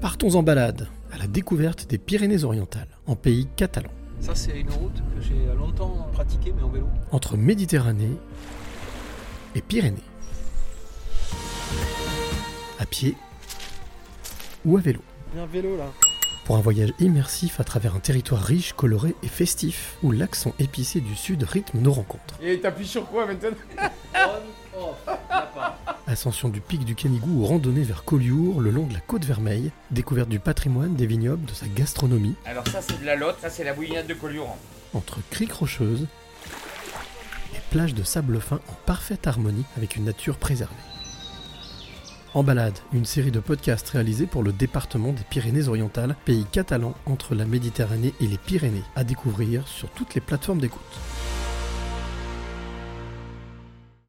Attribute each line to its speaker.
Speaker 1: Partons en balade à la découverte des Pyrénées-Orientales, en pays catalan,
Speaker 2: Ça, c'est une route que j'ai longtemps pratiquée, mais en vélo.
Speaker 1: entre Méditerranée et Pyrénées. À pied ou à vélo.
Speaker 2: Il y a un vélo là.
Speaker 1: Pour un voyage immersif à travers un territoire riche, coloré et festif, où l'accent épicé du sud rythme nos rencontres.
Speaker 3: Et t'appuies sur quoi maintenant
Speaker 2: On, off, la part.
Speaker 1: Ascension du pic du Canigou ou randonnée vers Collioure le long de la côte vermeille, découverte du patrimoine des vignobles, de sa gastronomie,
Speaker 3: Alors ça c'est de la lotte, ça c'est la bouillinade de Collioran.
Speaker 1: entre criques rocheuses et plages de sable fin en parfaite harmonie avec une nature préservée. En balade, une série de podcasts réalisés pour le département des Pyrénées-Orientales, pays catalan entre la Méditerranée et les Pyrénées, à découvrir sur toutes les plateformes d'écoute.